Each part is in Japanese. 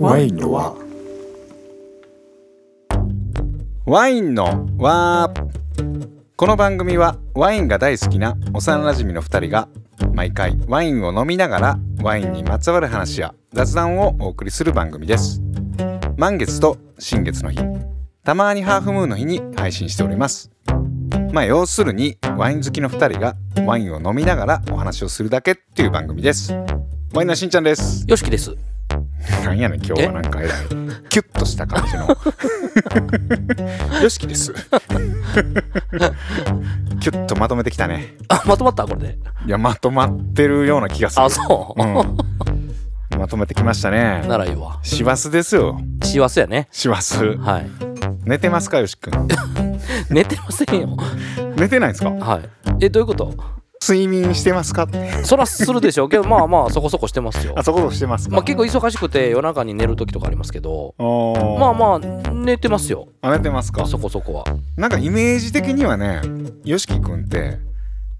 ワインのはワインのわこの番組はワインが大好きな幼馴染の2人が毎回ワインを飲みながらワインにまつわる話や雑談をお送りする番組です満月と新月の日たまにハーフムーンの日に配信しておりますまあ要するにワイン好きの2人がワインを飲みながらお話をするだけっていう番組ですワインのしんちゃんですよしきです。なんやねん今日はなんかえらいキュッとした感じのよしきですキュッとまとめてきたねあ、まとまったこれで。いやまとまってるような気がするあ、そうん、まとめてきましたう。ねならいいわ。師走ですよ幸せやね。師走はい。寝てますかよしくん寝てませんよ。寝てないですかはい。え、どういうこと睡眠してますかそらするでしょうけど、まあまあ、そこそこしてますよあ。そこそこしてますかまあ結構忙しくて夜中に寝る時とかありますけど、構まああまあ、寝てますよ。あ寝てますかそこそこは。なんかイメージ的にはねよしきくんって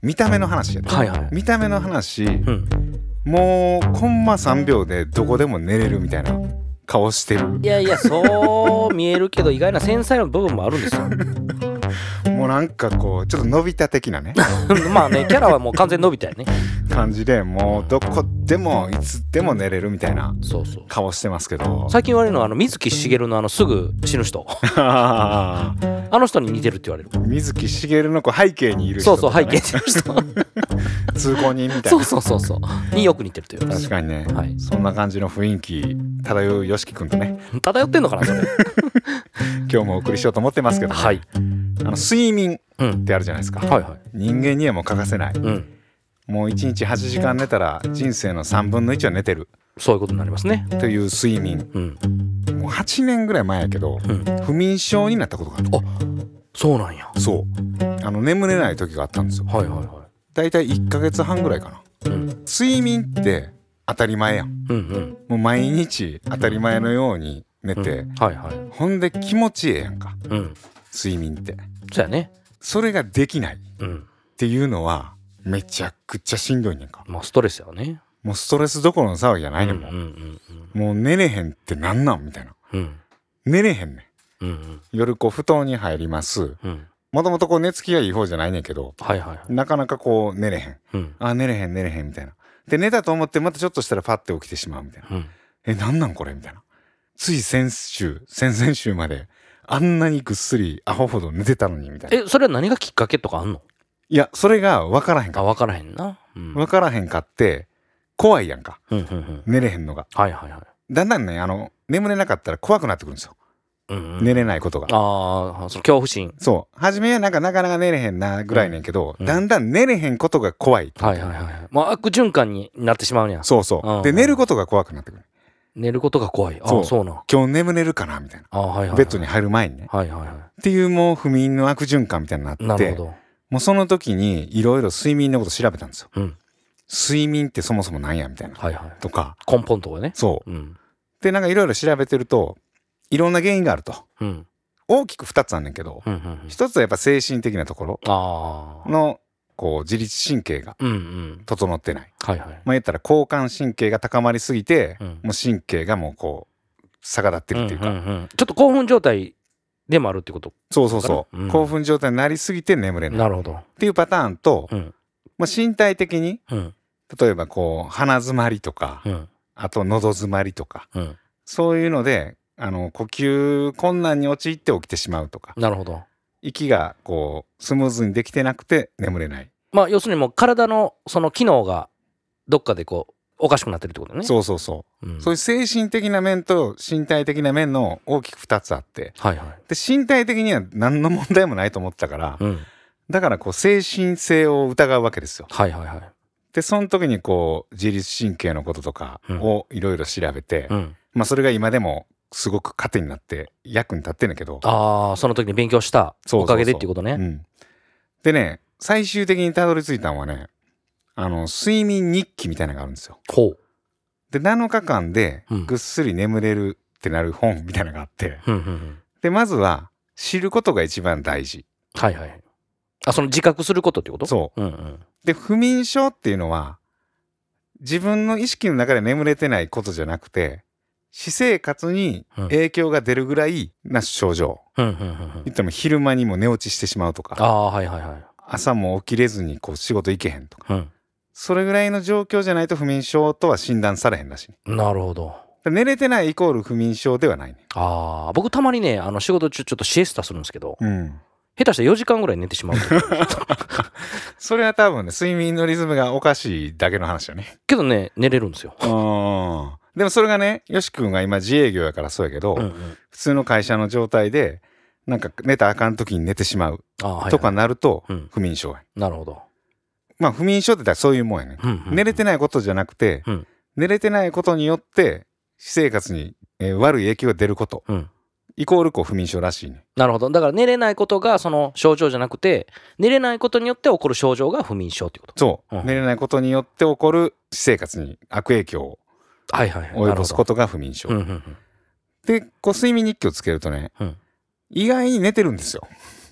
見た目の話やではいはい見た目の話、うん。もうコンマ3秒でどこでも寝れるみたいな顔してるいやいや、そう見えるけど、意外な繊細な部分もあるんですよ。 もうなんかこうちょっと伸びた的 なねまあね、キャラはもう完全に伸びたよね。感じでもうどこでもいつでも寝れるみたいなそうそう。顔してますけど最近言われるのは、あの、水木しげるのあの、すぐ死ぬ人。あーあの人に似てるって言われる。 水木しげるのこう背景にいる人そうとそう、か背ね、景にいる人。 通行人みたいそうなそうそうそう。 によく似てるという確かにね、はいそんな感じの雰囲気漂うよしきくんとね漂ってんのかな、それ。今日もお送りしようと思ってますけど、はい。あの睡眠うっん。てあるじゃないですか、はいはい。人間にはもう欠かせないうん。もう1日8時間寝たら人生の3分の1は寝てるそういうことになりますね。という睡眠うん。もう8年ぐらい前やけどうん。不眠症になったことがあったそうなんや。そうあの眠れない時があったんですよはいはいは。だいたい1ヶ月半ぐらいかないうん。睡眠って当たり前やんうんうん。もう毎日当たり前のように寝うんて、はいはい。ほんで気持ちええやんかうん。睡眠ってそうやね。それができないっうん。ていうのはめちゃくちゃしんどいねんかまあ、ストレスやね。もうストレスどころの騒ぎじゃなういんうねんんも、うんんもう寝れへんってなんなんみたいなうん。うん。寝れへんねんうんうん。夜こう布団に入りますうん。もともとこう寝つきがいい方じゃないねんけどはいはいはい。なかなかこう寝れへんうん。あ寝れへん寝れへんみたいなで寝たと思ってまたちょっとしたらパッて起きてしまうみたいなうん。えなんなんこれみたいなつい先週先々週まであんなにぐっすりアホほど寝てたのにみたいなえ、それは何がきっかけとかあんのいやそれが分からへんあ、かわからへんな。うん。うん分からへんかって怖いやんかうんうん。寝れへんのがはいはいはい。だんだんねあの眠れなかったら怖くなってくるんですようんうん。寝れないことがああ、その恐怖心。そう初めはなんかなかなか寝れへんなぐらいねんけど、うんだんだん寝れへんことが怖いはいはいはい。まあ、悪循環になってしまうんや。そうそう、うんで寝ることが怖くなってくる寝ることが怖い。あそうあ、そうなん。今日眠れるかなみたいなああ、はいはいはい。ベッドに入る前にねはいはいはっていうもう不眠の悪循環みたいになっい。なるてほど。もうその時にいろいろ睡眠のこと調べたんですようん。睡眠ってそもそもなんやみたいなはいはい。とか根本とかね。そうん。うでなんかいろいろ調べてるといろんな原因があるとうん。大きく2つあんねんけどうん。うん。 1つはやっぱ精神的なところああ。のこう自律神経がうんうん。整ってないはいはい。まあ言ったら交感神経が高まりすぎてうんもう神経がもうこう逆立ってるっていうかんんんちょっと興奮状態でもあるってこと。そうそうそううん興奮状態になりすぎて眠れないっなるほど。ていうパターンとうん。まあ身体的にうん。例えばこう鼻づまりとかうん。あと喉づまりとかうん。そういうのであの呼吸困難に陥って起きてしまうとかなるほど。息がこうスムーズにできてなくて眠れない、まあ、要するにもう体のその機能がどっかでこう、おかしくなってるってことね。そうそうそう、うん。そういう精神的な面と身体的な面の大きく2つあってはいはい。で身体的には何の問題もないと思ってたからうん。だからこう精神性を疑うわけですよはいはいはい。でその時にこう自律神経のこととかをいろいろ調べて、うん。まあそれが今でもすごく糧になって役に立ってんだけどああ、その時に勉強したそうそうそうおかげでっていうことね。うん、でね最終的にたどり着いたのはねあの睡眠日記みたいなのがあるんですよ。ほう。で7日間でうんぐっすり眠れるってなる本みたいなのがあってうんうんうん。でまずは知ることが一番大事はいはい。あ、その自覚することってこと。そううんうん。うで不眠症っていうのは自分の意識の中で眠れてないことじゃなくて私生活にうん影響が出るぐらいな症状、うんうんうんうん言っても昼間にも寝落ちしてしまうとあかあはいはいはい朝も起きれずにこう仕事行けへんとかうんそれぐらいの状況じゃないと不眠症とは診断されへんらしい、なるほど寝れてないイコール不眠症ではないねああ僕たまにねあの仕事中ちょっとシエスタするんですけどうん下手したら4時間ぐらい寝てしまう とそれは多分ね睡眠のリズムがおかしいだけの話だねけどね寝れるんですようんでもそれがねよし君が今自営業やからそうやけど、うんうん普通の会社の状態でなんか寝たらあかん時に寝てしまうああはいはいとかなるとうん不眠症や、なるほどまあ不眠症って言ったらそういうもんやね、うんうん寝れてないことじゃなくて、うん寝れてないことによって私生活に、えー悪い影響が出ることうんイコールこう不眠症らしいねなるほどだから寝れないことがその症状じゃなくて寝れないことによって起こる症状が不眠症ってことそう、うん寝れないことによって起こる私生活に悪影響をはいはいはい及ぼすこなるとが不眠症ほどうんうんでこう睡眠日記をつけるとね、うん意外に寝てるんですよ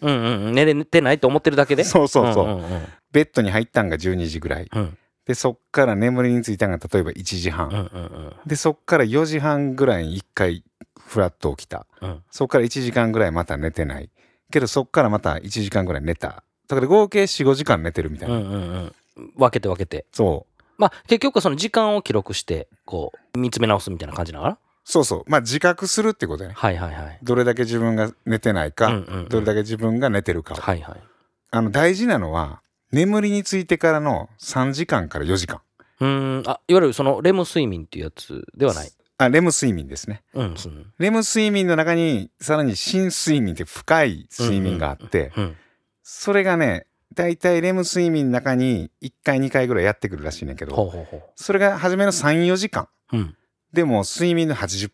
うんうんうんうん寝れてないと思ってるだけでそうそうそう、んんうんベッドに入ったんが12時ぐらいうんでそっから眠りについたんが例えば1時半、うんうんうんでそっから4時半ぐらいに1回フラッと起きたうんそっから1時間ぐらいまた寝てないけどそっからまた1時間ぐらい寝ただから合計45時間寝てるみたいうな、んうんうん分けて分けてそうまあ結局はその時間を記録してこう見つめ直すみたいな感じながらそうそうまあ自覚するってことねはいはいはいどれだけ自分が寝てないか、うんうんうんどれだけ自分が寝てるか、はいはいあの大事なのは眠りについてからの3時間から4時間うーんあいわゆるそのレム睡眠っていうやつではないあレム睡眠ですねうんうんレム睡眠の中にさらに深睡眠って深い睡眠があって、うんそれがねだいたいレム睡眠の中に1回2回ぐらいやってくるらしいねんだけほどうほうほそれが初めの34時間ううんでも睡眠の80%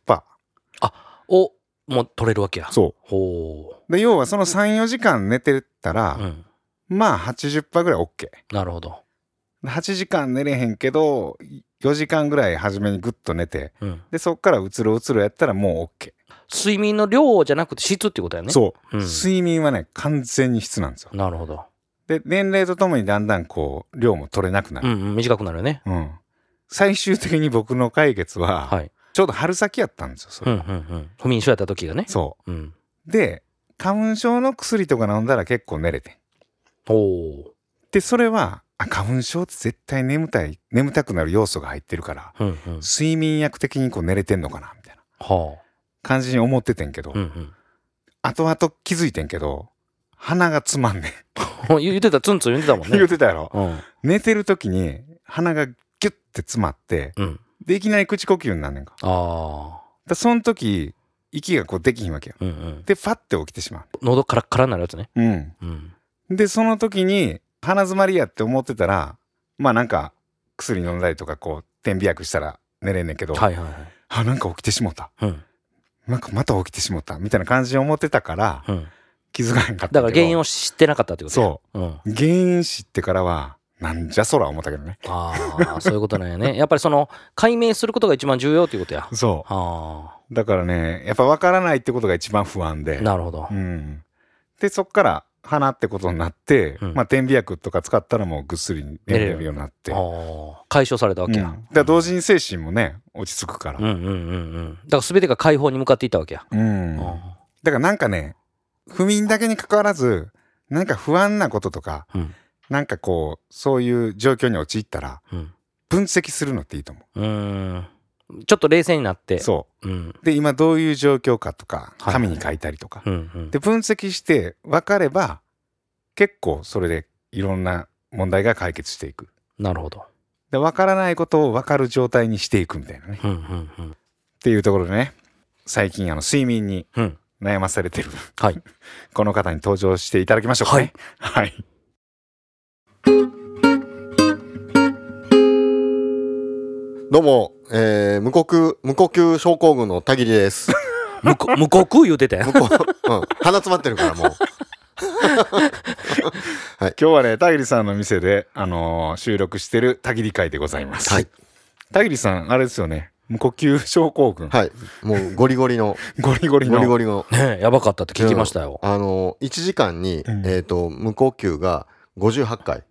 をもう取れるわけやそほうで要はその34時間寝てたううら、んまあ80%ぐらい OK なるほど8時間寝れへんけど4時間ぐらい初めにグッと寝てうんでそっからうつろうつろやったらもう OK、睡眠の量じゃなくて質っていうことやねうそううん睡眠はね完全に質なんですよなるほどで年齢とともにだんだんこう量も取れなくなうる、んうん短くなるよねうん最終的に僕の解決は、はいちょうど春先やったんですよそうんれ、うんうん不眠症やった時がねそうんうで花粉症の薬とか飲んだら結構寝れてんほうでそれはあ花粉症って絶対眠たい眠たくなる要素が入ってるからうんうん睡眠薬的にこう寝れてんのかなみたいなは感じに思っててんけど、あうん 後々気づいてんけど鼻がつ まんねんうん言ってたツンツン言ってたもんね言ってたやろうん寝てる時に鼻がギュッて詰まってうんでいきなり口呼吸になんねんかだかああらその時息がこうできひんわけようんうんでファッて起きてしま喉カラッカラになるやつねううんうんでその時に鼻詰まりやって思ってたらまあなんか薬飲んだりとかこう点鼻薬したら寝れんねんけど、はいはいはいあなんか起きてしもうたうんなんかまた起きてしもうたみたいな感じに思ってたからうん気づかへんかったけどだから原因を知ってなかったってこと。そううん、原因知ってからはなんじゃそら思ったけどねああ、そういうことなんやね。 やっぱりその解明することが一番重要ということや。そあうだからねやっぱ分からないってことが一番不安あ、でなるほどう。んでそっから鼻ってことになって、うんまあ点鼻薬とか使ったらもうぐっすり寝れるようになって、ああ、解消されたわうんけだや。から同時に精神もね落ち着くからうんうんうんうん。だから全てが解放に向かっていったわけや。うんあだからなんかね不眠だけに関わらずなんか不安なこととかあうんなんかこうそういう状況に陥ったらうん分析するのっていいと思うーん。ちょっと冷静になっう。て。そうん。うで今どういう状況かとかはい紙に書いたりとか、うんうん。で分析して分かれば結構それでいろんな問題が解決していく。なるほど。で分からないことを分かる状態にしていくみたいなね。っうんうんうん。ていうところでね最近あの睡眠にうん。悩まされてるはい。この方に登場していただきましょうかね。はい、どうも、えー、無呼吸、無呼吸症候群の田切です。 無こ 無国言うてたやん無。呼うん、鼻詰まってるからもう。今日はね、田切さんの店で、あのー収録してる田切会でございます。はい。田切さん、あれですよね。無呼吸症候群。はい。もうゴリゴリ の、ゴリゴリの。ゴリゴリの。ねえやばかったって聞きましたよ。あの、1時間に、うんえっ、と、無呼吸が58回。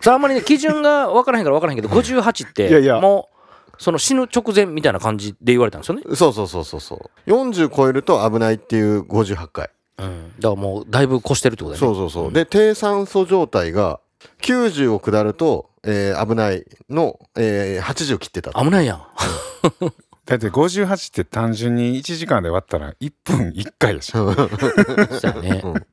それあんまりね、基準が分からへんから分からへんけど、58っいやいて、やもう、その死ぬ直前みたいな感じで言われたんですよね、そうそうそうそうそう40超えると危ないっていう58回うん、だからもうだいぶ越してるってことだよねそうそうそう、で低酸素状態が90を下ると、えー危ないの、えー80切ってた危ないやんだって58って単純に1時間で割ったら1分1回でしょそうやね うん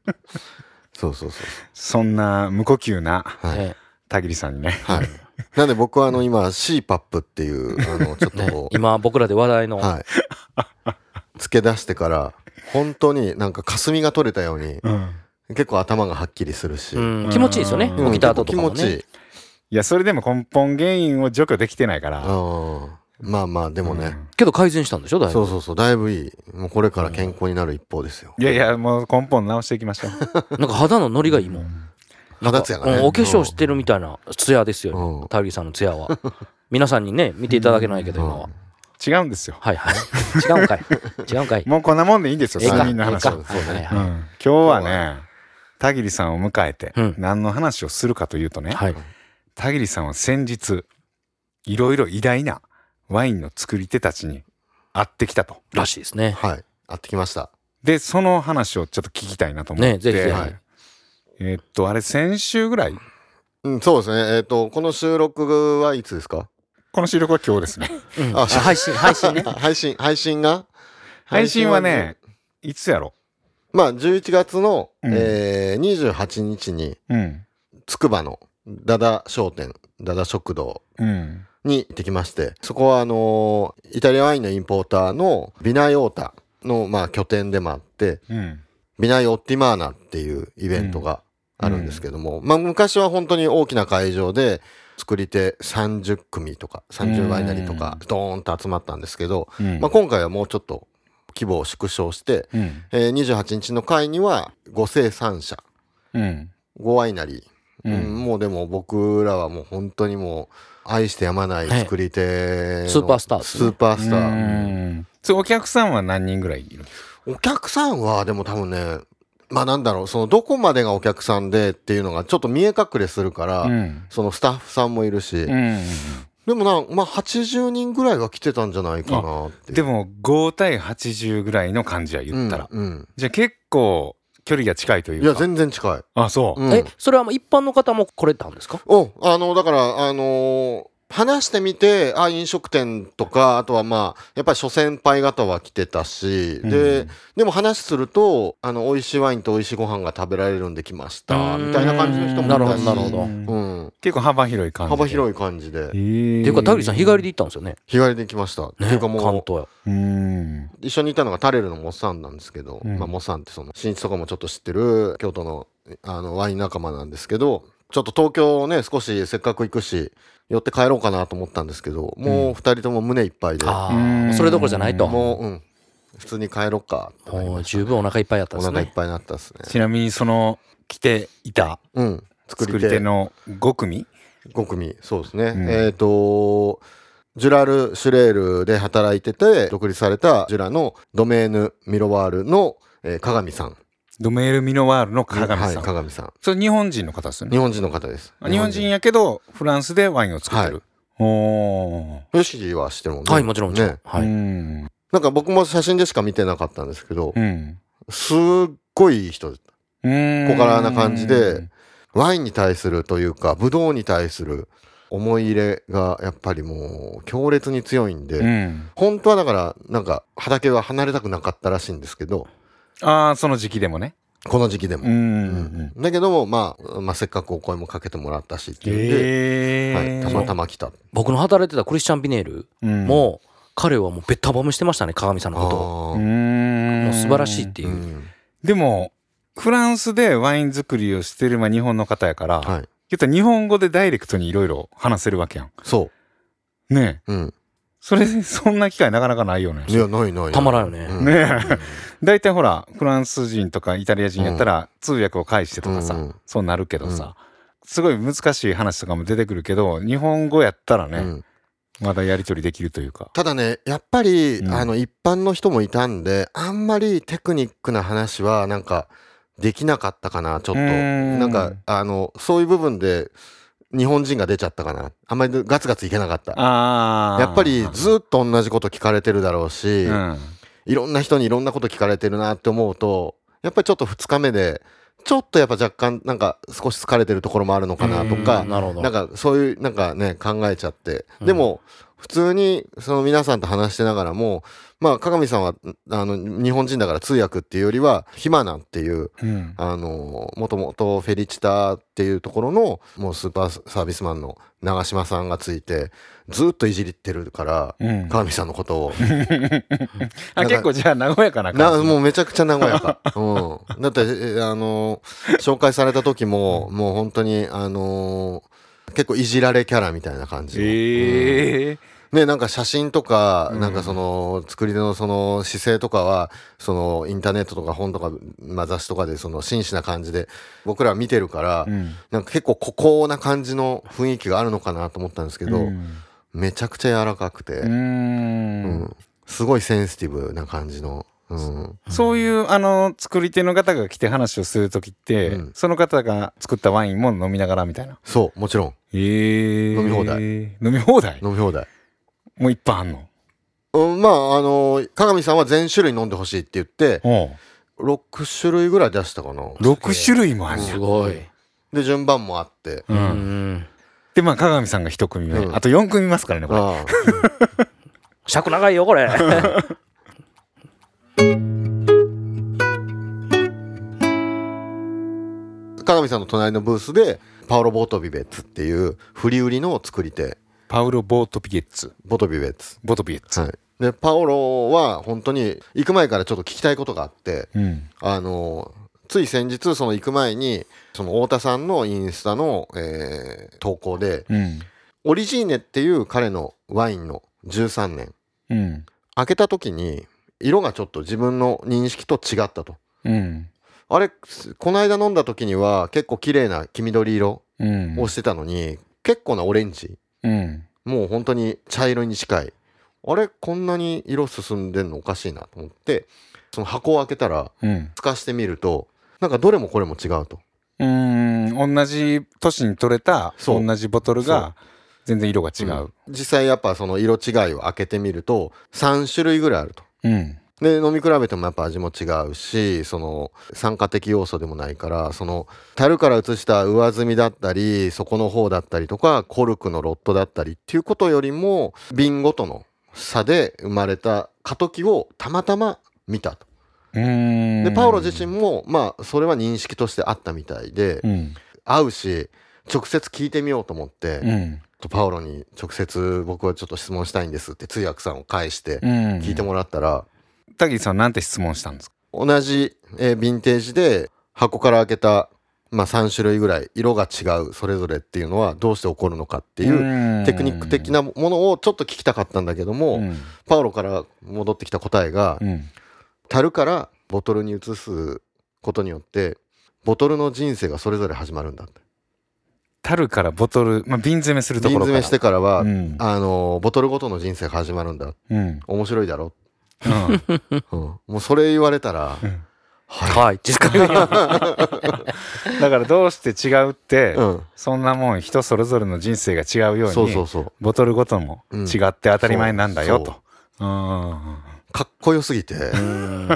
そうそうそうそんな無呼吸なはいね田切さんにねはいなんで僕はあの今 CPAP っていうあのちょっとねこう、今僕らで話題の、はい付け出してから本当になんか霞が取れたようにうん結構頭がはっきりするし、うん、気持ちいいですよねうんうん起きた後とかも結構気持ちいねいいやそれでも根本原因を除去できてないからあーまあまあでもね、けど改善したんでしょだいそぶうそうそうだいぶいいもうこれから健康になる一方ですよ、いやいやもう根本直していきましょうなんか肌のノリがいいもん肌ツヤがね、うんお化粧してるみたいなツヤですよ、うん田切さんのツヤは皆さんにね見ていただけないけど今は、うん違うんですよはいはい違うんかい違うんか いもうこんなもんでいいんですよええ睡か眠の話ええはかそうねはいうはん今日はね田切さんを迎えてうん何の話をするかというとねい、はい田切さんは先日いろいろ偉大なワインの作り手たちに会ってきたとらしいですねはい会ってきましたでその話をちょっと聞きたいなと思って、ねぜひぜひはいえーっとあれ先週ぐらいうんそうですねえっ、とこの収録はいつですかこの収録は今日です ねうんああ配信配信ね 配信配信が配信はねいつやろまあ11月の、うんえー、28日にうんつくばのダダ商店ダダ食堂うんに行ってきましてそこはあのーイタリアワインのインポーターのビナイオータの、まあ、拠点でもあってうんビナイオッティマーナっていうイベントがあるんですけども、まあ、昔は本当に大きな会場で作り手30組とか30ワイナリーとかうドーンと集まったんですけど、うんまあ、今回はもうちょっと規模を縮小して、うんえー28日の会には5生産者うん5ワイナリうー、うんんもうでも僕らはもう本当にもう愛してやまない作り手の、スーパースターですスねーパースタうーんそうお客さんは何人ぐらいいるお客さんはでも多分ねまあなんだろうそのどこまでがお客さんでっていうのがちょっと見え隠れするから、うんそのスタッフさんもいるし、うんでもなまあ80人ぐらいが来てたんじゃないかなっていうでも5対80ぐらいの感じや言ったら、うんうんじゃあ結構距離が近いといういかや全然近い、あそう、うんえそれはもう一般の方も来れたんですかおあのだからあのー話してみてあ飲食店とかあとはまあやっぱり諸先輩方は来てたし、うでんでも話するとあの美味しいワインと美味しいご飯が食べられるんで来ましたみたいな感じの人もいたしなるほどなるほど、っうんうん、結構幅広い感じで幅広い感じでえーていうか田口さん日帰りで行ったんですよね日帰りで来ました、っていねうか関も東うんう一緒にいたのがタレルのモッサンなんですけど、うんまあ、モッサンってその新一とかもちょっと知ってる京都のあのワイン仲間なんですけどちょっと東京ね少しせっかく行くし寄って帰ろうかなと思ったんですけどもう二人とも胸いっぱいで、ああうんそれどころじゃないとももううん普通に帰ろうかってなりうまし十分お腹いっぱいだったたんおです腹いっねぱいになったですねちなみにその来ていたうん作作りり手手の5組5組そうですね、んえっ、とジュラル・シュレールで働いてて独立されたジュラのドメーヌ・ミロワールの、えー、鏡さんドメール・ミノワールの鏡さん、はい、鏡さんそれ日本人の方ですよ日ね本人の方ですあ日本人やけどフランスでワインを作ってる、はおヨシキは知ってるもんねはいもちろんもちろん、ねーうはい、んなんか僕も写真でしか見てなかったんですけど、うんすっごいいい人小小柄な感じでワインに対するというかブドウに対する思い入れがやっぱりもう強烈に強いんで、うん、本当はだからなんか畑は離れたくなかったらしいんですけどああその時期でもねこの時期でもう、ん、うんだけども、まあ、まあせっかくお声もかけてもらったしっていうんで、えはい、ーたまたま来た僕の働いてたクリスチャン・ビネールうんも、彼はもうべったばむしてましたね鏡さんのことをあうーんもう素晴らしいっていうう、んでもフランスでワイン作りをしてる、まあ、日本の方やから、はい言ったら日本語でダイレクトにいろいろ話せるわけやんそねえう、うん、それそんな機会なかなかないよねいやないないたまらんよね、うんねえ大体ほらフランス人とかイタリア人やったら通訳を介してとかさ、うんそうなるけどさ、すごい難しい話とかも出てくるけど日本語やったらね、うんまだやり取りできるというかただねやっぱり、うんあの一般の人もいたんであんまりテクニックな話はなんかできなかったかなちょっとうんなんかあのそういう部分で日本人が出ちゃったかなあんまりガツガツいけなかったああやっぱりずっと同じこと聞かれてるだろうし、うんいろんな人にいろんなこと聞かれてるなって思うとやっぱりちょっと2日目でちょっとやっぱ若干なんか少し疲れてるところもあるのかなとかなるほどなんかそういうなんかね考えちゃって、うんでも普通にその皆さんと話してながらもまあ加賀見さんはあの日本人だから通訳っていうよりはヒマナンっていううんあのもともとフェリチタっていうところのもうスーパーサービスマンの長嶋さんがついてずっといじりってるからうん加賀見さんのこと を。あ結構じゃあ和やかなな感じもうめちゃくちゃ和やか、うん、だってえあの紹介された時ももう本当にあの結構いじられキャラみたいな感じの、ええねなんか写真とか、うんなんかその作り手のその姿勢とかはそのインターネットとか本とか、まあ、雑誌とかでその真摯な感じで僕らは見てるから、うんなんか結構孤高な感じの雰囲気があるのかなと思ったんですけど、うんめちゃくちゃ柔らかくて、ううんんすごいセンシティブな感じの。うんそういうあの作り手の方が来て話をする時って、うんその方が作ったワインも飲みながらみたいな。そうもちろんええ飲み放題飲み放題飲み放題もういっぱいあんの。うん、まああの加見さんは全種類飲んでほしいって言っておう6種類ぐらい出したかな六種類もあるじゃすん。ごい、で順番もあって、ううんん、でまあ鏡さんが一組目、うんあと四組いますからねこれ。ああ尺長いよこれ加見さんの隣のブースでパオロ・ボートビベッツっていう振り売りの作り手パウロ・ボートピエッツ。ボトビベッツ、ボトピエッツ。はい、でパオロは本当に行く前からちょっと聞きたいことがあってうん。あのつい先日その行く前にその太田さんのインスタの、えー投稿でうん。オリジーネっていう彼のワインの13年うん。開けた時に色がちょっと自分の認識と違ったとうん。あれこの間飲んだ時には結構綺麗な黄緑色うん。をしてたのに、結構なオレンジうん。もう本当に茶色に近いあれこんなに色進んでんのおかしいなと思ってその箱を開けたらうん。透かしてみるとなんかどれもこれも違うとうん。同じ年に取れたそう同じボトルが全然色が違う。実際やっぱその色違いを開けてみると3種類ぐらいあるとうん。で飲み比べてもやっぱ味も違うしその酸化的要素でもないからその樽から移した上積みだったり底の方だったりとかコルクのロットだったりっていうことよりも瓶ごとの差で生まれた過渡期をたまたま見たと。うん。でパウロ自身もまあそれは認識としてあったみたいでうん。合うし直接聞いてみようと思ってうん。ちょっとパウロに直接僕はちょっと質問したいんですって通訳さんを介してうん。聞いてもらったら。タギさんなんて質問したんですか同じ、えーヴィンテージで箱から開けた、まあ、3種類ぐらい色が違うそれぞれっていうのはどうして起こるのかっていうテクニック的ななものをちょっと聞きたかったんだけども、うんパウロから戻ってきた答えが、うん樽からボトルに移すことによってボトルの人生がそれぞれ始まるんだって樽からボトル、まあ、瓶詰めすると瓶ころから詰めしてからは、うんあのーボトルごとの人生が始まるんだうん面白いだろ、うんうん、もうそれ言われたら、うんははい実家にだからどうして違うって、い、うん、そんなもん人それぞれの人生が違うようにそうそうそうボトルごとも違って当たり前なんだよと。うんかっこよすぎて。うん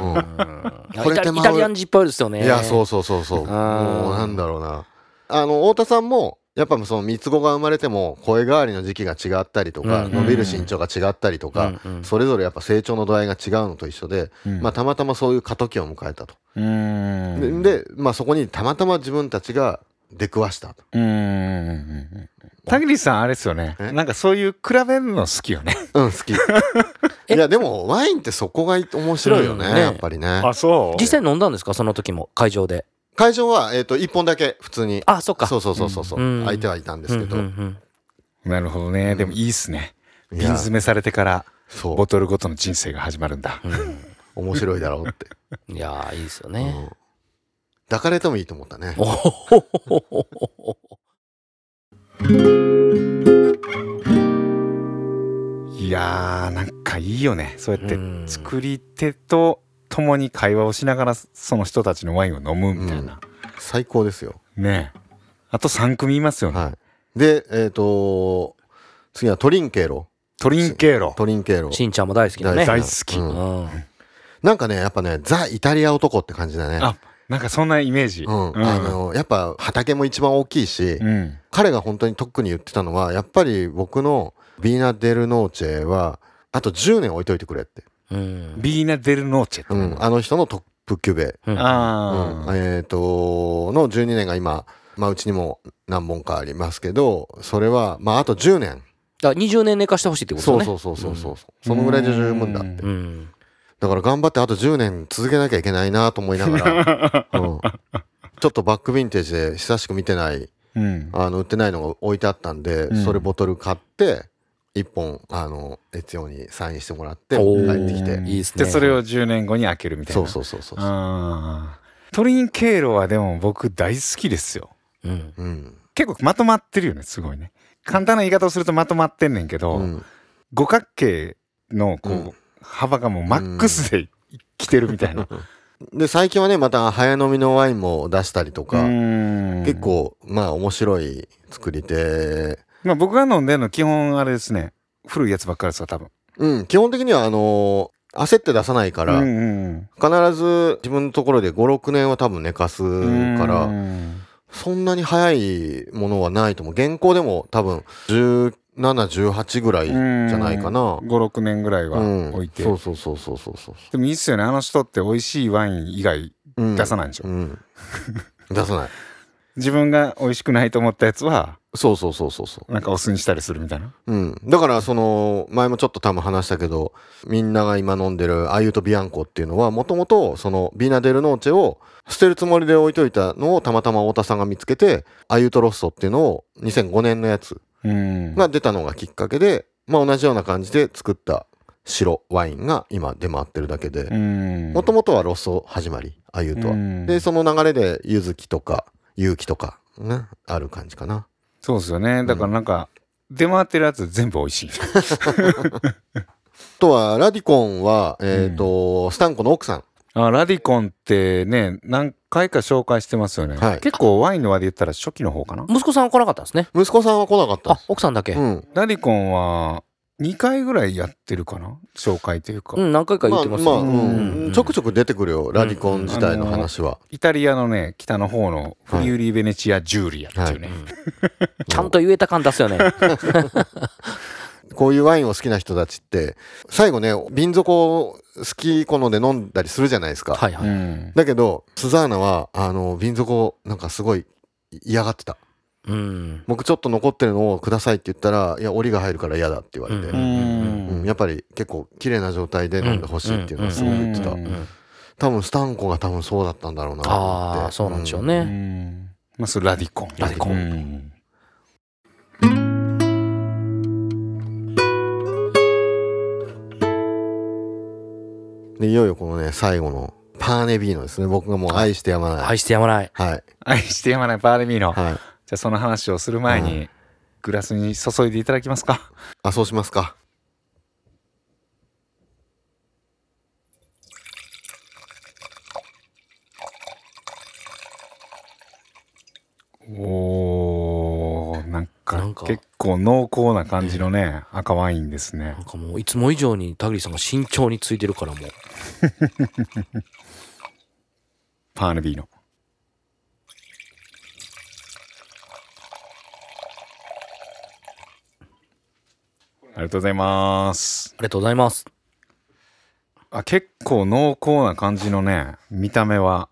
これイタ手イ間をタリアンジっぽいですよねいやそううそうそうそうもうあーなんだろうなあの太田さんもやっぱその三つ子が生まれても声変わりの時期が違ったりとか、うん伸びる身長が違ったりとか、うんうんそれぞれやっぱ成長の度合いが違うのと一緒で、うんまあ、たまたまそういう過渡期を迎えたと、うんででまあ、そこにたまたま自分たちが出くわしたと、うん田切さんあれですよねえなんかそういう比べるの好きよねうん、好 きいやでもワインってそこが面白いよ面白ねいよねやっぱりねそ実際飲んだんですかその時も会場で会場は、えー、と1本だけ普通にあそっかそううそうそうそうそう、うん相手はいたんですけど、んうんうんなるほどねでもいいっすねい瓶や詰めされてからそうボトルごとの人生が始まるんだ面白いだろうっていやーいいですよ ね、うん抱かれてもいいと思ったねおほほほほほほいやーなんかいいよねそうやってうん作り手と共に会話をしながらその人たちのワインを飲むみたいな、最高ですよねえあと3組いますよね、はで、えっ、と、次はトリンケーロ。トリンケーロトリンケーロ。しんちゃんも大好きだね。大好きうんうんなんかね、やっぱね、ザ・イタリア男って感じだね。あなんかそんなイメージうん。あの、やっぱ畑も一番大きいし、うん彼が本当に特に言ってたのは、やっぱり僕のビーナ・デル・ノーチェは、あと10年置いといてくれって。うんビーナ・デル・ノーチェってうなんの。あの人のトップキュベ。うんあうんあえっ、と、の12年が今、まあうちにも何本かありますけど、それは、まああと10年。だから20年寝かしてほしいってことそだうね。そうそうそうそう。そのぐらいで十分だって。うん。だから頑張ってあと10年続けなきゃいけないなと思いなが ら、うん、ちょっとバックヴィンテージで久しく見てないうんあの売ってないのが置いてあったんで、んそれボトル買って1本あの悦代にサインしてもらっておー帰ってきていいですね。でそれを10年後に開けるみたいそなうそうそうそうそうあートリンケーロはでも僕大好きですようん。うん結構まとまってるよねすごいね簡単な言い方をするとまとまってんねんけど、うん五角形のこう、うん幅がもうマックスで来てるみた いな、で最近はねまた早飲みのワインも出したりとか、うん結構まあ面白い作り手まあ僕が飲んでるの基本あれですね古いやつばっかりですわ多分うん基本的にはあの焦って出さないから、うんうん必ず自分のところで56年は多分寝かすうかうらんそんなに早いものはないと思う現行でも多分1718ぐらいじゃないかな56年ぐらいはうん置いて、そうそうそうそうそうそうでもいいっすよねあの人って美味しいワイン以外うん出さないんでしょ、うん出さない自分が美味しくないと思ったやつはそうそうそうそうそなんかお酢にしたりするみたいなううんだからその前もちょっと多分話したけどみんなが今飲んでるアユとビアンコっていうのはもともとそのビーナ・デル・ノーチェを捨てるつもりで置いといたのをたまたま太田さんが見つけてアユとロッソっていうのを2005年のやつうんが出たのがきっかけで、まあ、同じような感じで作った白ワインが今出回ってるだけでうんもともとはロッソ始まりあゆとは、うんでその流れでゆずきとかゆうきとかねある感じかなそうですよねだからなんか、出回ってるやつ全部美味しいあとはラディコンは、えーとスタンコの奥さん あラディコンってね何回か紹介してますよね、はい結構ワインの輪で言ったら初期の方かな息子さんは来なかったんですね。息子さんは来なかったあです、奥さんだけう。んラディコンは2回ぐらいやってるかな紹介というか、うん、何回か言ってますまあ、よまあううんんちょくちょく出てくるよラディコン自体の話は、イタリアのね北の方のフリューリー・ベネチア・ジューリアっていうね、ちゃんと言えた感出すよね。こういうワインを好きな人たちって最後ね瓶底を好き好んで飲んだりするじゃないですか、はいはうい。んだけどスザーナはあの瓶底をなんかすごい嫌がってたうん。僕ちょっと残ってるのをくださいって言ったらいや檻が入るから嫌だって言われて、ううんんうんやっぱり結構綺麗な状態で飲んでほしいっていうのはすごい言ってた、うんうんうん多分スタンコが多分そうだったんだろうなと思ってああ、そうなんでしょうね、うね。んまあそれラディコンラディコンうんでいよいよこのね最後のパーネビーノですね僕がもう愛してやまない愛してやまない。はい愛してやまないパーレミーノ、じゃはいあその話をする前に、はグラスに注いでいただきますかあそうしますかおーなんかなんか結構濃厚な感じのね、赤ワインですねなんかもういつも以上に田栗さんが慎重についてるからもう。パーネビーノありがとうございますありがとうございます。あ結構濃厚な感じのね見た目は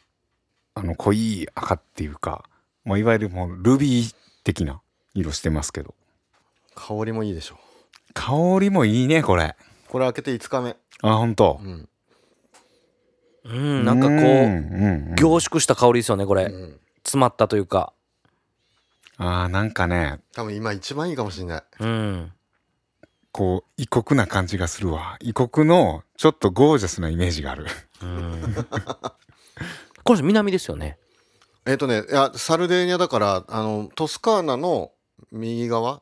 あの濃い赤っていうかもういわゆるもうルビー的な色してますけど香りもいいでしょ香りもいいねこれこれ開けて5日目あ本当うん、うん、なんかこうんう、うんうん凝縮した香りですよね、こうれ。ん、詰まったというか。あーなんかね多分今一番いいかもしれないうん。こう異国な感じがするわ異国のちょっとゴージャスなイメージがあるうん。これ南ですよね。えっ、とねいやサルデーニャだからあのトスカーナの右側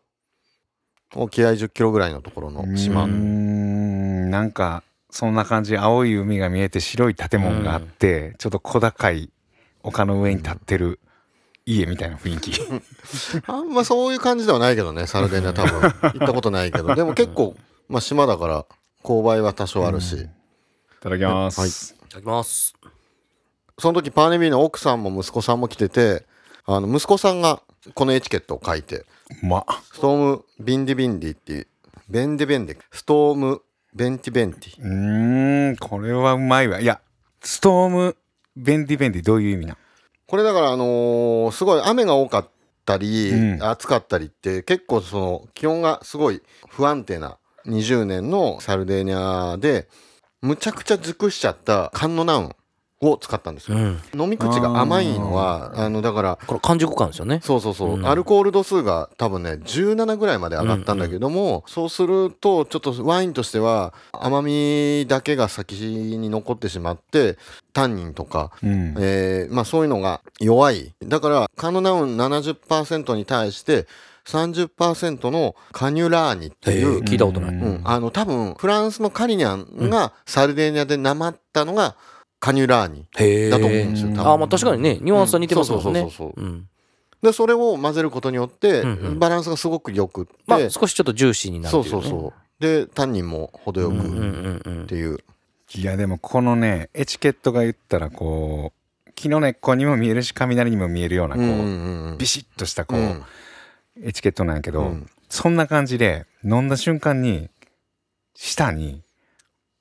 沖合1 0キロぐらいのところの島うーんなんかそんな感じ青い海が見えて白い建物があって、ちょっと小高い丘の上に立ってる家みた いな雰囲気あんまそういう感じではないけどねサルデーニャ多分行ったことないけどでも結構、まあ、島だから勾配は多少あるし、ただきます、いただきます。その時パーネビーの奥さんも息子さんも来ててあの息子さんがこのエチケットを書いてうまっストーム・ビンディ・ビンディっていうベンディ・ベンディストーム・ベンティ・ベンティうーんこれはうまいわいやストームベンディベンディどういう意味なこれだからあのーすごい雨が多かったり、うん暑かったりって結構その気温がすごい不安定な20年のサルデーニャでむちゃくちゃ熟しちゃったカンノナウンを使ったんですよ、うん。飲み口が甘いのはあのだからこれ完熟感ですよね。そうそうそう、うんアルコール度数が多分ね17ぐらいまで上がったんだけども、そうするとちょっとワインとしては甘みだけが先に残ってしまってタンニンとか、うんえーまあ、そういうのが弱いだからカノナウン70%に対して30%のカニュラーニってへいえう、聞いたことないうんあの多分フランスのカリニャンがサルデーニャでなまったのがカニュラーニへえ。だと思うんですよ、多分あ、まあ確かにね、ニュアンスは似てますもんうねんそうそうそう。そううん。でそれを混ぜることによってうんうんバランスがすごくよくって、まあ少しちょっとジューシーになるそとういうそね。うそうでタンニンも程ようんうんくうんうんっていう、いやでもこのねエチケットが言ったらこう木の根っこにも見えるし雷にも見えるようなこう、うんうんうんビシッとしたこうう、んエチケットなんやけど、うんそんな感じで飲んだ瞬間に舌に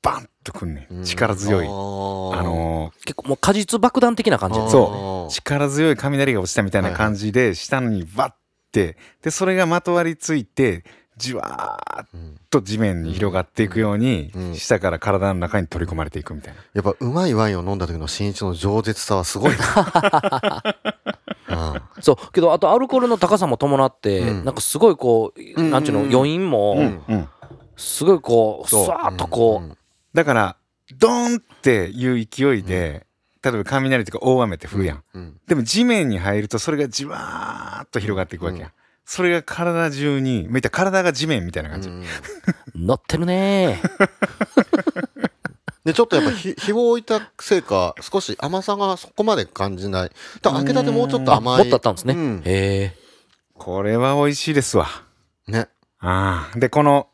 バンとくんねうんん力強い、ああーの結構もう果実爆弾的な感じですね。そあーー力強い雷が落ちたみたいな感じで舌にバッてでそれがまとわりついてじわーっうんと地面に広がっていくように、うん舌から体の中に取り込まれていくみたいな、やっぱうまいワインを飲んだ時の新一の饒舌さはすごい な、そう。けど、あとアルコールの高さも伴って、うんなんかすごいこう、うんなんちゅうの、余韻うもん、うんすごいこう、そうさーっとこう、だからドーンっていう勢いで、例えば雷とか大雨って降るやん、うんうんでも地面に入るとそれがじわーっと広がっていくわけや、うんん、それが体中に見た体が地面みたいなうん感じ、うん乗ってるねー。でちょっとやっぱ 日日を置いたせいか少し甘さがそこまで感じないだから開けたてもうちょっとあ、甘もいっとあったんですね。うんへこれは美味しいですわねあーでこの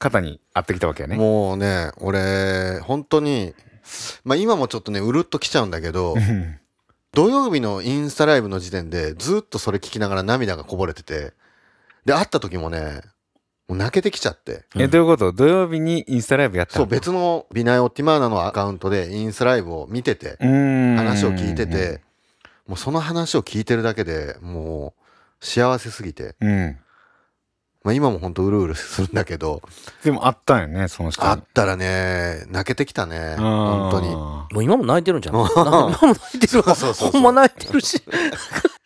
肩に合ってきたわけやねもうね俺本当にまあ今もちょっとねうるっときちゃうんだけど うん土曜日のインスタライブの時点でずっとそれ聞きながら涙がこぼれててで会った時もねもう泣けてきちゃってうえんどういうこと土曜日にインスタライブやったそう別のビナイオ・ティマーナのアカウントでインスタライブを見てて話話を聞いててもうその話を聞いてるだけでもう幸せすぎて、うんまあ、今も本当うるうるするんだけどでもあったんよねその人会ったらね泣けてきたね本当ににえ。もう今も泣いてるんじゃん。うんなんか今も泣いてるわ。 そうそうそうそうほんま泣いてるし。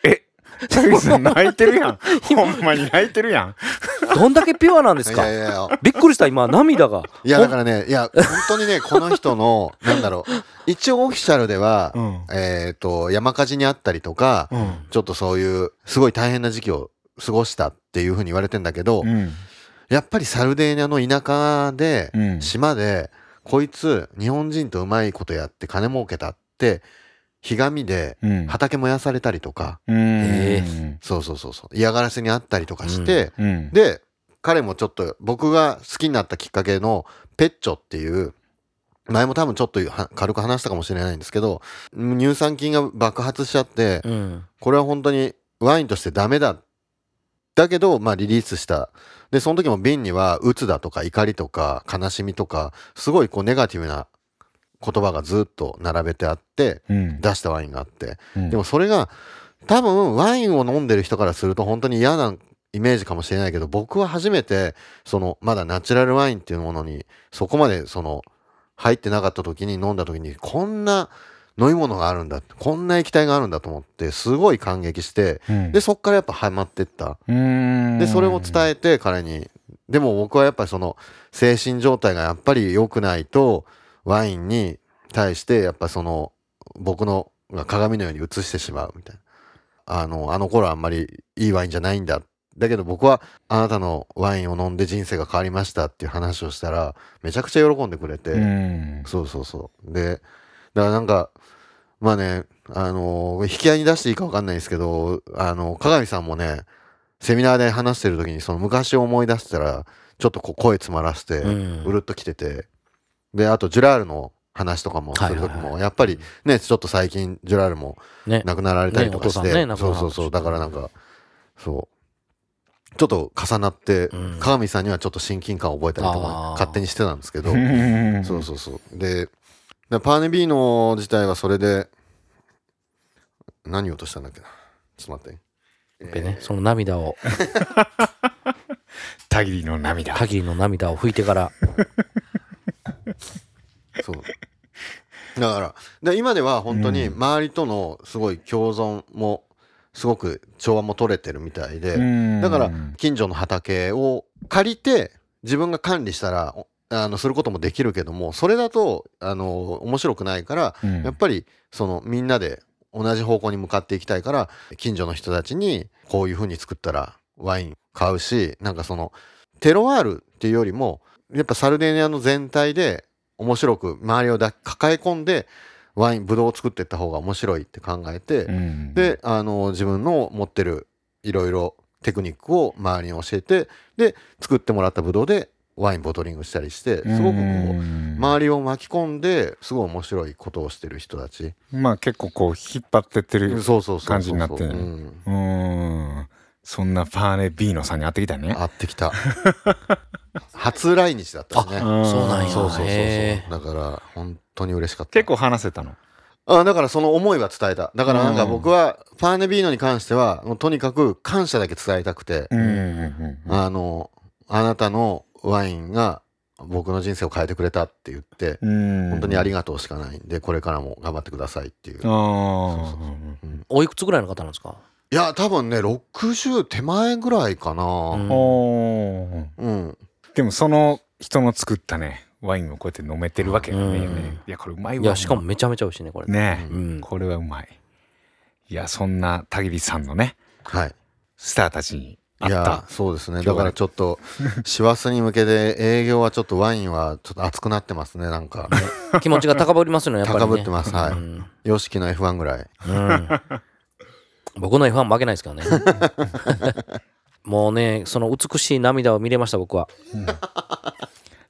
え田口さん泣いてるや んほんまに泣いてるやんどんだけピュアなんですいかやいやいやびっくりした、今、涙が。いやだからねいや本当にねこの人の なんだろう一応オフィシャルでは、んえっ、と山火事にあったりとか、うんちょっとそういうすごい大変な時期を過ごしたっていうふうに言われてんだけど、うんやっぱりサルデーニャの田舎で、うん島でこいつ日本人とうまいことやって金儲けたってひがみでうん畑燃やされたりとか、えそうそうそうそう嫌がらせにあったりとかして、うんで彼もちょっと僕が好きになったきっかけのペッチョっていう前も多分ちょっとは軽く話したかもしれないんですけどうん乳酸菌が爆発しちゃってうん。これは本当にワインとしてダメだだけど、まあ、リリースしたでその時も瓶には鬱だとか怒りとか悲しみとかすごいこうネガティブな言葉がずっと並べてあってうん出したワインがあってうんでもそれが多分ワインを飲んでる人からすると本当に嫌なイメージかもしれないけど僕は初めてそのまだナチュラルワインっていうものにそこまでその入ってなかった時に飲んだ時にこんな飲み物があるんだこんな液体があるんだと思ってすごい感激してうんでそっからやっぱハマってったうんでそれを伝えて彼にでも僕はやっぱりその精神状態がやっぱり良くないとワインに対してやっぱその僕のが鏡のように映してしまうみたいなあのあの頃あんまりいいワインじゃないんだだけど僕はあなたのワインを飲んで人生が変わりましたっていう話をしたらめちゃくちゃ喜んでくれて、うんそうそうそうでだからなんかまあね、あのー引き合いに出していいか分かんないですけど、あの、加賀美さんもね、セミナーで話してる時に、その昔を思い出したら、ちょっとこう声詰まらせて、うんうるっときてて、で、あと、ジュラールの話とかもする時も、はいはいはやっぱりね、ちょっと最近、ジュラールもね亡くなられたりとかして、ねお父さんね亡くなそらうれたそうそう、だからなんか、そう、ちょっと重なって、うん加賀美さんにはちょっと親近感を覚えたりとあかー、勝手にしてたんですけど、んそうそうそう。で、でパーネビーノ自体はそれで、何を落としたんだっけな。ちょっと待って。でね、その涙を、たぎりの涙限りの涙を拭いてから、えーそう。 だから、で今では本当にうん周りとのすごい共存も、すごく調和も取れてるみたいで、だだから近所の畑を借りて自分が管理したらおあのすることもできるけどもそれだとあの面白くないからやっぱりそのみんなで同じ方向に向かっていきたいから近所の人たちにこういう風に作ったらワイン買うしなんかそのテロワールっていうよりもやっぱサルデーニアの全体で面白く周りをだ抱え込んでワインブドウを作っていった方が面白いって考えて、りであの自分の持ってるいろいろテクニックを周りに教えてで作ってもらったブドウでワインボトリングしたりしてすごくこう周りを巻き込んですごい面白いことをしてる人たちまあ結構こう引っ張ってってるそうそうそうそう感じになってるうんうんそんなパーネビーノさんに会ってきたね会ってきた 初来日だったしねあうんそうなんや。そうそうそうへそうだから本当に嬉しかった結構話せたのあだからその思いは伝えただからなんかうん僕はパーネビーノに関してはもうとにかく感謝だけ伝えたくて、うんうんあのあなたのワインが僕の人生を変えてくれたって言って、うん本当にありががとうしかないんでこれからも頑張ってくださいっていう、あそうそううんーおいくつぐらいの方なんですかいや多分ね60手前ぐらいかなあおうん、でもその人の作ったねワインをこうやって飲めてるわけようんねいやこれうまいわいや、しかもめちゃめちゃ美味しいね、これ。ねうえん。これはうまいいやそんなたぎりさんのねはいスターたちにい会っやたそうですね今日はだからちょっと師走に向けて営業はちょっとワインはちょっと熱くなってますねなんか気持ちが高ぶりますよね、やっぱり、ね。高ぶってますはいうん。 YOSHIKI の F1 ぐらいうん、僕の F1 負けないです からね。もうね、その美しい涙を見れました、僕は。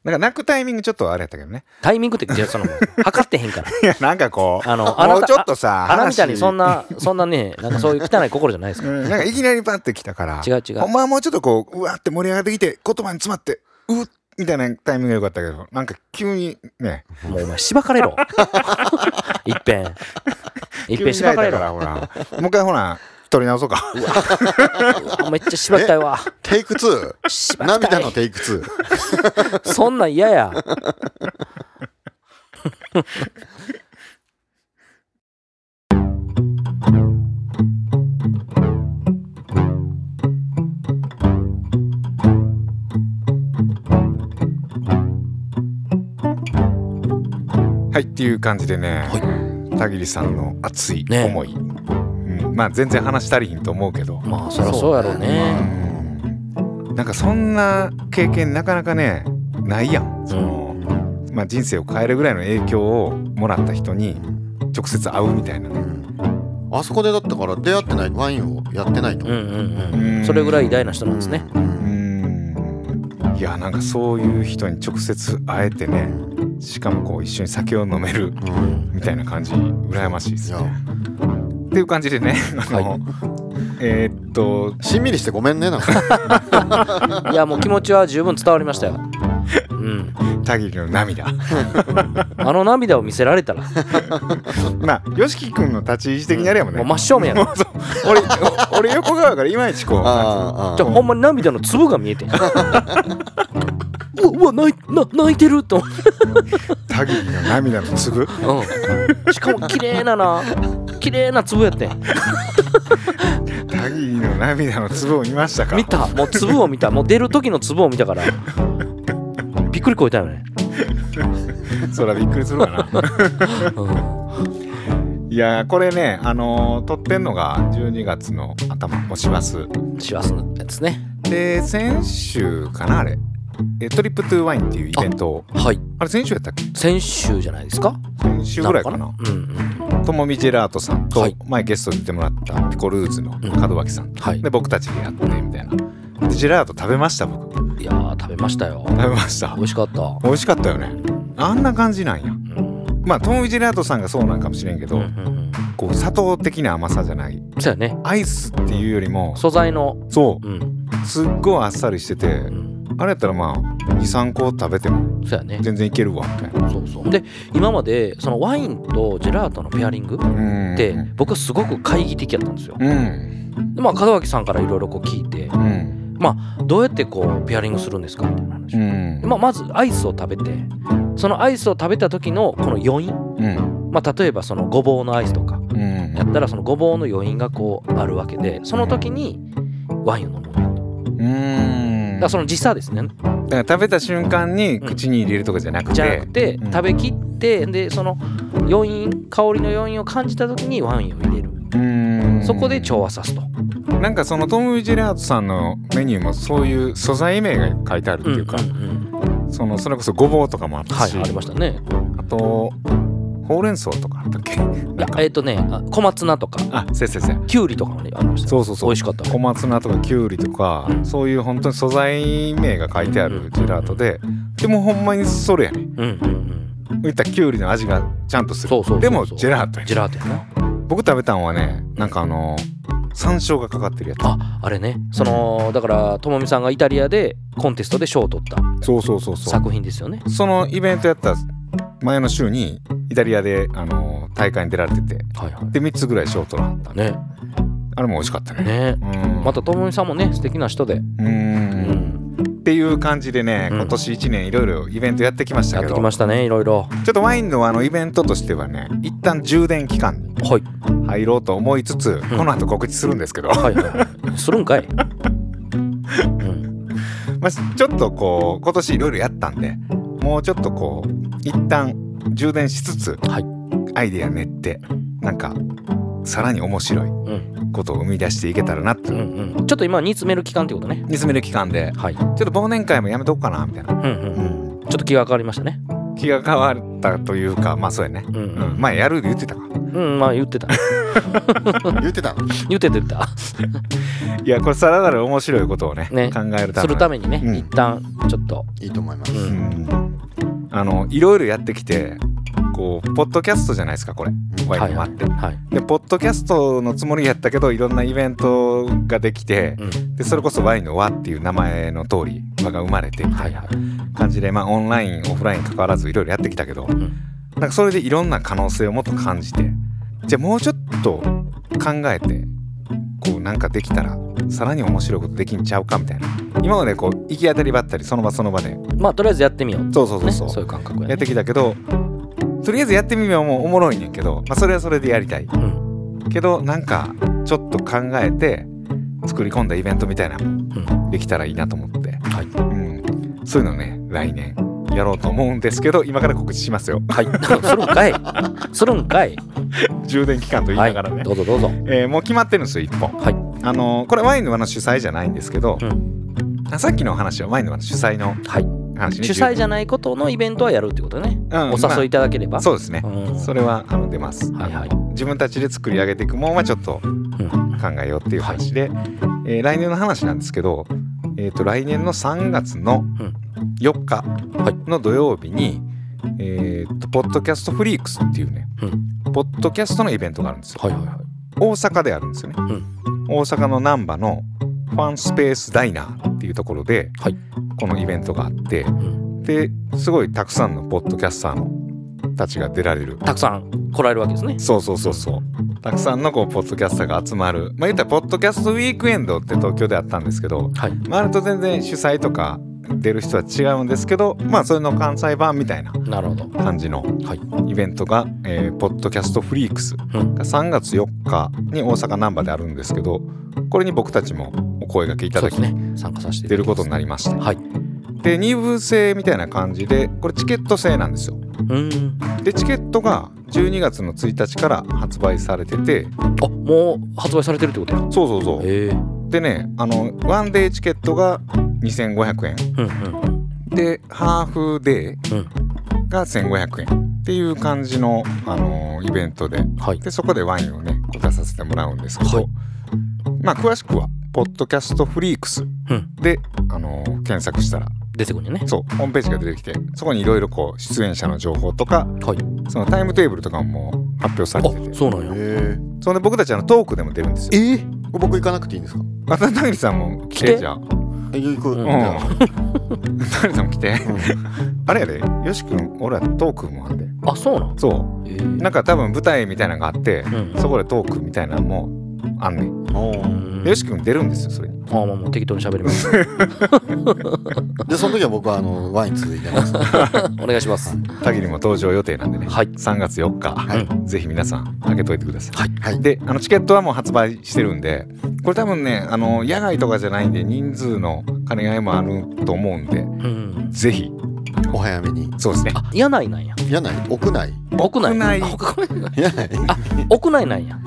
なんか泣くタイミングちょっとあれやったけどね タイミングって、いや、その、測ってへん から。いやなんかこうあの、あもなうたちょっとさああなたみたいにそんなな、そんなね、なんかそういう汚い心じゃないですかなんかいきなりパってきたからら。違う違うほ。んまはもうちょっとこううわって盛り上がってきて言葉に詰まってうっみたいなタイミングが良かったけどなんか急にねもうお前、しばかれ ろ。いっぺん。いっ急ぺんにしば泣いかれたろか。らほらもう一回ほら取り直そうかうわめっちゃしばきたいわ。テイク2 しばきた涙いの。テイク2そんなん嫌や。はいっていう感じでね田切さんの熱いね思い、うん、まあ全然話足りひんと思うけど、まあ、そりゃそうやろうね。うんなんかそんな経験なかなかねないやんその、まあ、人生を変えるぐらいの影響をもらった人に直接会うみたいなねうんあそこでだったから出会ってないワインをやってないとうん思う、うんうん。それぐらい偉大な人なんですね。うんうーんいやなんかそういう人に直接会えてねしかもこう一緒に酒を飲めるうんみたいな感じ羨ましいですいねや。っていう感じでねあの、えーっとしんみりしてごめんねな んかいや、もう気持ちは十分伝わりましたよ。うん。たぎりの涙あの涙を見せられたら、まあ YOSHIKI 君の立ち位置的にあれやもんね、もう真正面やもなうそう俺お俺横側からいまいちこうあああじゃあほんまに涙の粒が見えてんうわうわ泣いな泣いてると思って、たぎりの涙の粒うん、しかも綺麗なな綺麗な粒やってんたぎりの涙の粒を見ましたか見たもう粒を見たもう出る時の粒を見たからびっくりこいたよね、そらびっくりするわなうん、いやーこれねあのー撮ってんのが12月の頭もします幸せなやつねで先週かなあれえトリップトゥーワインっていうイベントをはいあれ先週やったっけ先週じゃないですか先週ぐらいかなうんうんともみジェラートさんと、はい前ゲストに来てもらったピコルーズの門脇さん、はいで僕たちでやってみたいなでジェラート食べました僕食いやー食べましたよべました美味しかった美味しかったよねあんな感じなんやうんまあトモミジェラートさんがそうなんかもしれんけど、うんうんうんこう砂糖的な甘さじゃないそうやねアイスっていうよりも素材のそうんうすっごいあっさりしててうんあれやったらまあ23個食べてもそうやね全然いけるわみたいなそうそうで今までそのワインとジェラートのペアリングうんって僕はすごく懐疑的やったんですようんでまあ門脇さんからいろいろこう聞いてうんどうやってこうペアリングするんですかみたいな話う、んでまあ、まずアイスを食べてそのアイスを食べた時のこの余韻うんまあ例えばそのごぼうのアイスとかうんやったらそのごぼうの余韻がこうあるわけでその時にワインを飲むんだとうだんからその時差ですねだから食べた瞬間に口に入れるとかじゃなくじゃてなくてうん食べきってでその余韻香りの余韻を感じた時にワインを入れるうんそこで調和さすとなんかそのトム・ジェラートさんのメニューもそういう素材名が書いてあるっていうか、んんうんそのそれこそごぼうとかもあったはし、いありましたねあとほうれん草とかあったっけいやえっとねあ小松菜とかあせやせやせやきゅうりとかもねありましたそうそうそう美味しかった小松菜とかきゅうりとか、うんそういう本当に素材名が書いてあるジェラートで、でもほんまにそれやねうんうんうん言ったらきゅうりの味がちゃんとするそうそうそうそうでもジェラートやねジェラートやな僕食べたんはねなんかあの山椒がかかってるやああれねそのだからともみさんがイタリアでコンテストで賞を取ったつそうそうそうそう作品ですよねそのイベントやった前の週にイタリアであの大会に出られててはいはで3つぐらい賞取らはったいねあれも美味しかったねねうんまたともみさんもね素敵な人でううんんっていう感じでねうん今年1年いろいろイベントやってきましやったけてど、きましたねいろいろちょっとワインのあのイベントとしてはね一旦充電期間にはい入ろうと思いつつ、この後告知するんですけど、 はいはいはいするんかいうんまあ、ちょっとこう今年いろいろやったんでもうちょっとこう一旦充電しつつ、はいアイデア練ってなんかさらに面白いうんことを生み出していけたらなってういうんうんちょっと今煮詰める期間ってことね煮詰める期間ではいちょっと忘年会もやめとこうかなみたいな、うんうんうんちょっと気が変わりましたね気が変わったというかまあそうやね、うんううんん、前やるって言ってたかうんまあ言って た言ってた言ってた言ってたいやこれさらなる面白いことをねね考えるたすめるためにね、うん一旦ちょっと、いいと思います、うんうんあのいろいろやってきてこうポッドキャストじゃないですかこれワインはいはもあっいて、はい、でポッドキャストのつもりやったけどいろんなイベントができてうん、でそれこそ「ワインの輪」っていう名前の通り輪が生まれてみたはいいなはい、感じで、まあ、オンラインオフライン関わらずいろいろやってきたけど、んなんかそれでいろんな可能性をもっと感じてじゃあもうちょっと考えてこうなんかできたらさらに面白いことできんちゃうかみたいな今までこう行き当たりばったりその場その場でまあとりあえずやってみようそうそうそねうそそうう、いう感覚や,、ね、やってきたけどとりあえずやってみようもおもろいねんけど、まあ、それはそれでやりたいうんけどなんかちょっと考えて作り込んだイベントみたいなのもできたらいいなと思って、はいうん、そういうのね来年やろうと思うんですけど今から告知しますよはい するんかいするんかい 充電期間と言いはないがらね、どうぞどうぞえーもう決まってるんですよ1本、はいあのーこれワインの輪の主催じゃないんですけど、うんあさっきの話はワインの輪の主催のはい話に主催じゃ、ゃないことのイベントはやるってことね、うんお誘いいただけれまば、あそうですね、うんそれはあの出ます、はいはいあの自分たちで作り上げていくもんはちょっとうん考えようっていう話で、えー来年の話なんですけど、えー、と来年の3月のうん4日はいの土曜日に、えー、とポッドキャストフリークスっていうね、ポッドキャストのイベントがあるんですよはいはいはい大阪であるんですよね、うん大阪の難波のファンスペースダイナーっていうところで、はいこのイベントがあってうんですごいたくさんのポッドキャスターのたちが出られるたくさん来られるわけですねそうそうそうそうたくさんのこうポッドキャスターが集まるまあ言ったらポッドキャストウィークエンドって東京であったんですけど、はいまあ、あれと全然主催とか出る人は違うんですけどまあそれの関西版みたいななるほど感じのはいイベントが、えーポッドキャストフリークスがうん3月4日に大阪難波であるんですけどこれに僕たちもお声がけいたそうだできすね参加させていただ出るきますことになりましたはいで2部制みたいな感じでこれチケット制なんですようんでチケットが12月の1日から発売されててあもう発売されてるってことやそうそうそうええでねあのワンデーチケットが2500円うんうんでハーフデうーが1500円っていう感じの、あのーイベントではい。でそこでワインをねこう出させてもらうんですけど、はいまあ詳しくは「ポッドキャストフリークスうん。で」あのー検索したら出てくるんよね。そうホームページが出てきてそこにいろいろこう出演者の情報とかはい。そのタイムテーブルとかももう発表されてあ、てそうなんや。えそんで僕たちあのトークでも出るんですよ。え僕行かなくていいんですか渡辺さんも来来ててじゃあ。うん。え行く、うんじゃあ渡辺さんも来て。あれやで、よし君、俺らトークもあんで。あ、そうなん。そえう。ーなんか多分舞台みたいなのがあって、うんそこでトークみたいなのもあんねん。おうーんでよし君出るんですよ、それに。あまあもう適当に喋り ます。でその時は僕はあのワイン続いてますお願いします。たぎりも登場予定なんでね。はい3月4日、はぜひ皆さん、開けといてください。はいで、あのチケットはもう発売してるんで、これ多分ね、あの、野外とかじゃないんで、人数の兼ね合いもあると思うんで、うん。ぜひ、お早めにそうですね。あ、屋内なんや。いやない屋内屋内。屋内あ屋内いやない屋内なんや。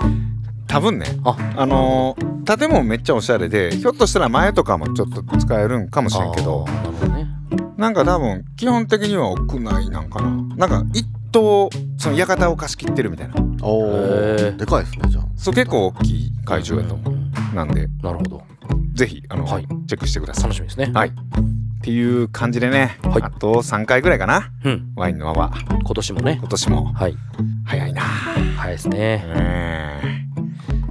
多分ねああのー建物めっちゃおしゃれでひょっとしたら前とかもちょっと使えるんかもしれんけどあーなるほどね。なんか多分基本的には屋内なんかななんか一棟その館を貸し切ってるみたいなおへおーでかいですねじゃあそう結構大きい会場やと思うんうんうなんでなるほど。ぜひあの、はいチェックしてください楽しみですね。はいっていう感じでね、はいあと3回ぐらいかなうん。ワインの輪は今年もね。今年もはい。早いな早いですね。うん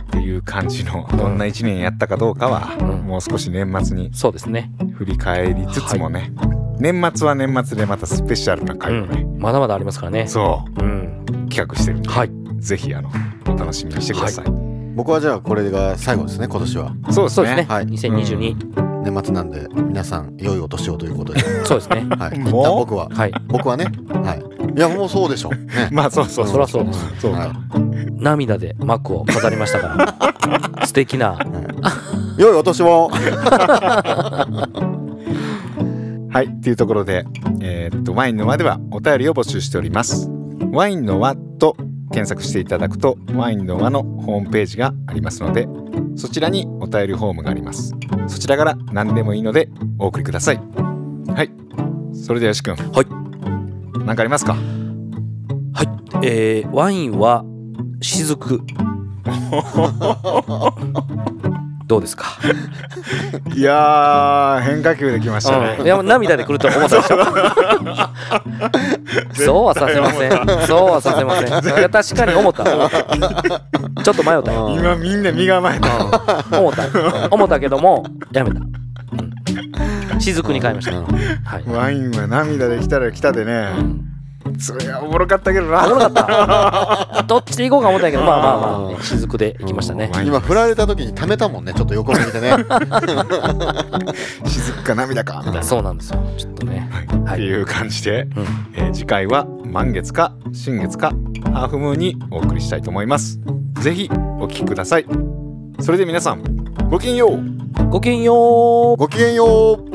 っていう感じのどんな1年やったかどうかは、うんもう少し年末にそうですね。振り返りつつもね、年末は年末でまたスペシャルなう回をね、ん。まだまだありますからね。。そううん。う企画してるんで、はい。ぜひあのお楽しみにしてください、僕はじゃあこれが最後ですね今年はそうですそうねですね。はい2022。年末なんで皆さん良いお年をということで、はそうですね。い、一もう旦僕ははい。僕はね、はい、いやもうそうでしょ、ね、まあそうそうそらそうです。そうか、は涙で幕を飾りましたか ら。素敵な。い良いお年をはい、っていうところで、えーっと、ワインの輪ではお便りを募集しております。ワインの輪と検索していただくと、ワインの輪のホームページがありますので、そちらにお便りフォームがあります。そちらから何でもいいのでお送りください。はい。それではよし君。。はい何かありますかえーワインは 雫。どうですか。いやー、変化球できましたうん、い。やもう涙でくると思ったでし ょそうはさせませんそうはさせませんいや確かに思った思ったちょっと迷ったよ、今みんな身構えた。うん思 った思ったけどもやめた、うん、雫に変えました、はい、うワインは涙できたら来たでね。んそれはおもろかったけどあおもな。ろか ったどっちで行こうか思ったけどまあまあまああ雫で行きましたねうん今振られた時に溜めたもんねちょっと横向いてね静か涙か。みたいな。そうなんですよちょっとねっはてい、いう感じで、うんえー次回は満月か新月かハーフムーンにお送りしたいと思いますぜひお聞きくださいそれで皆さんごきげんようごきげんようごきげんよう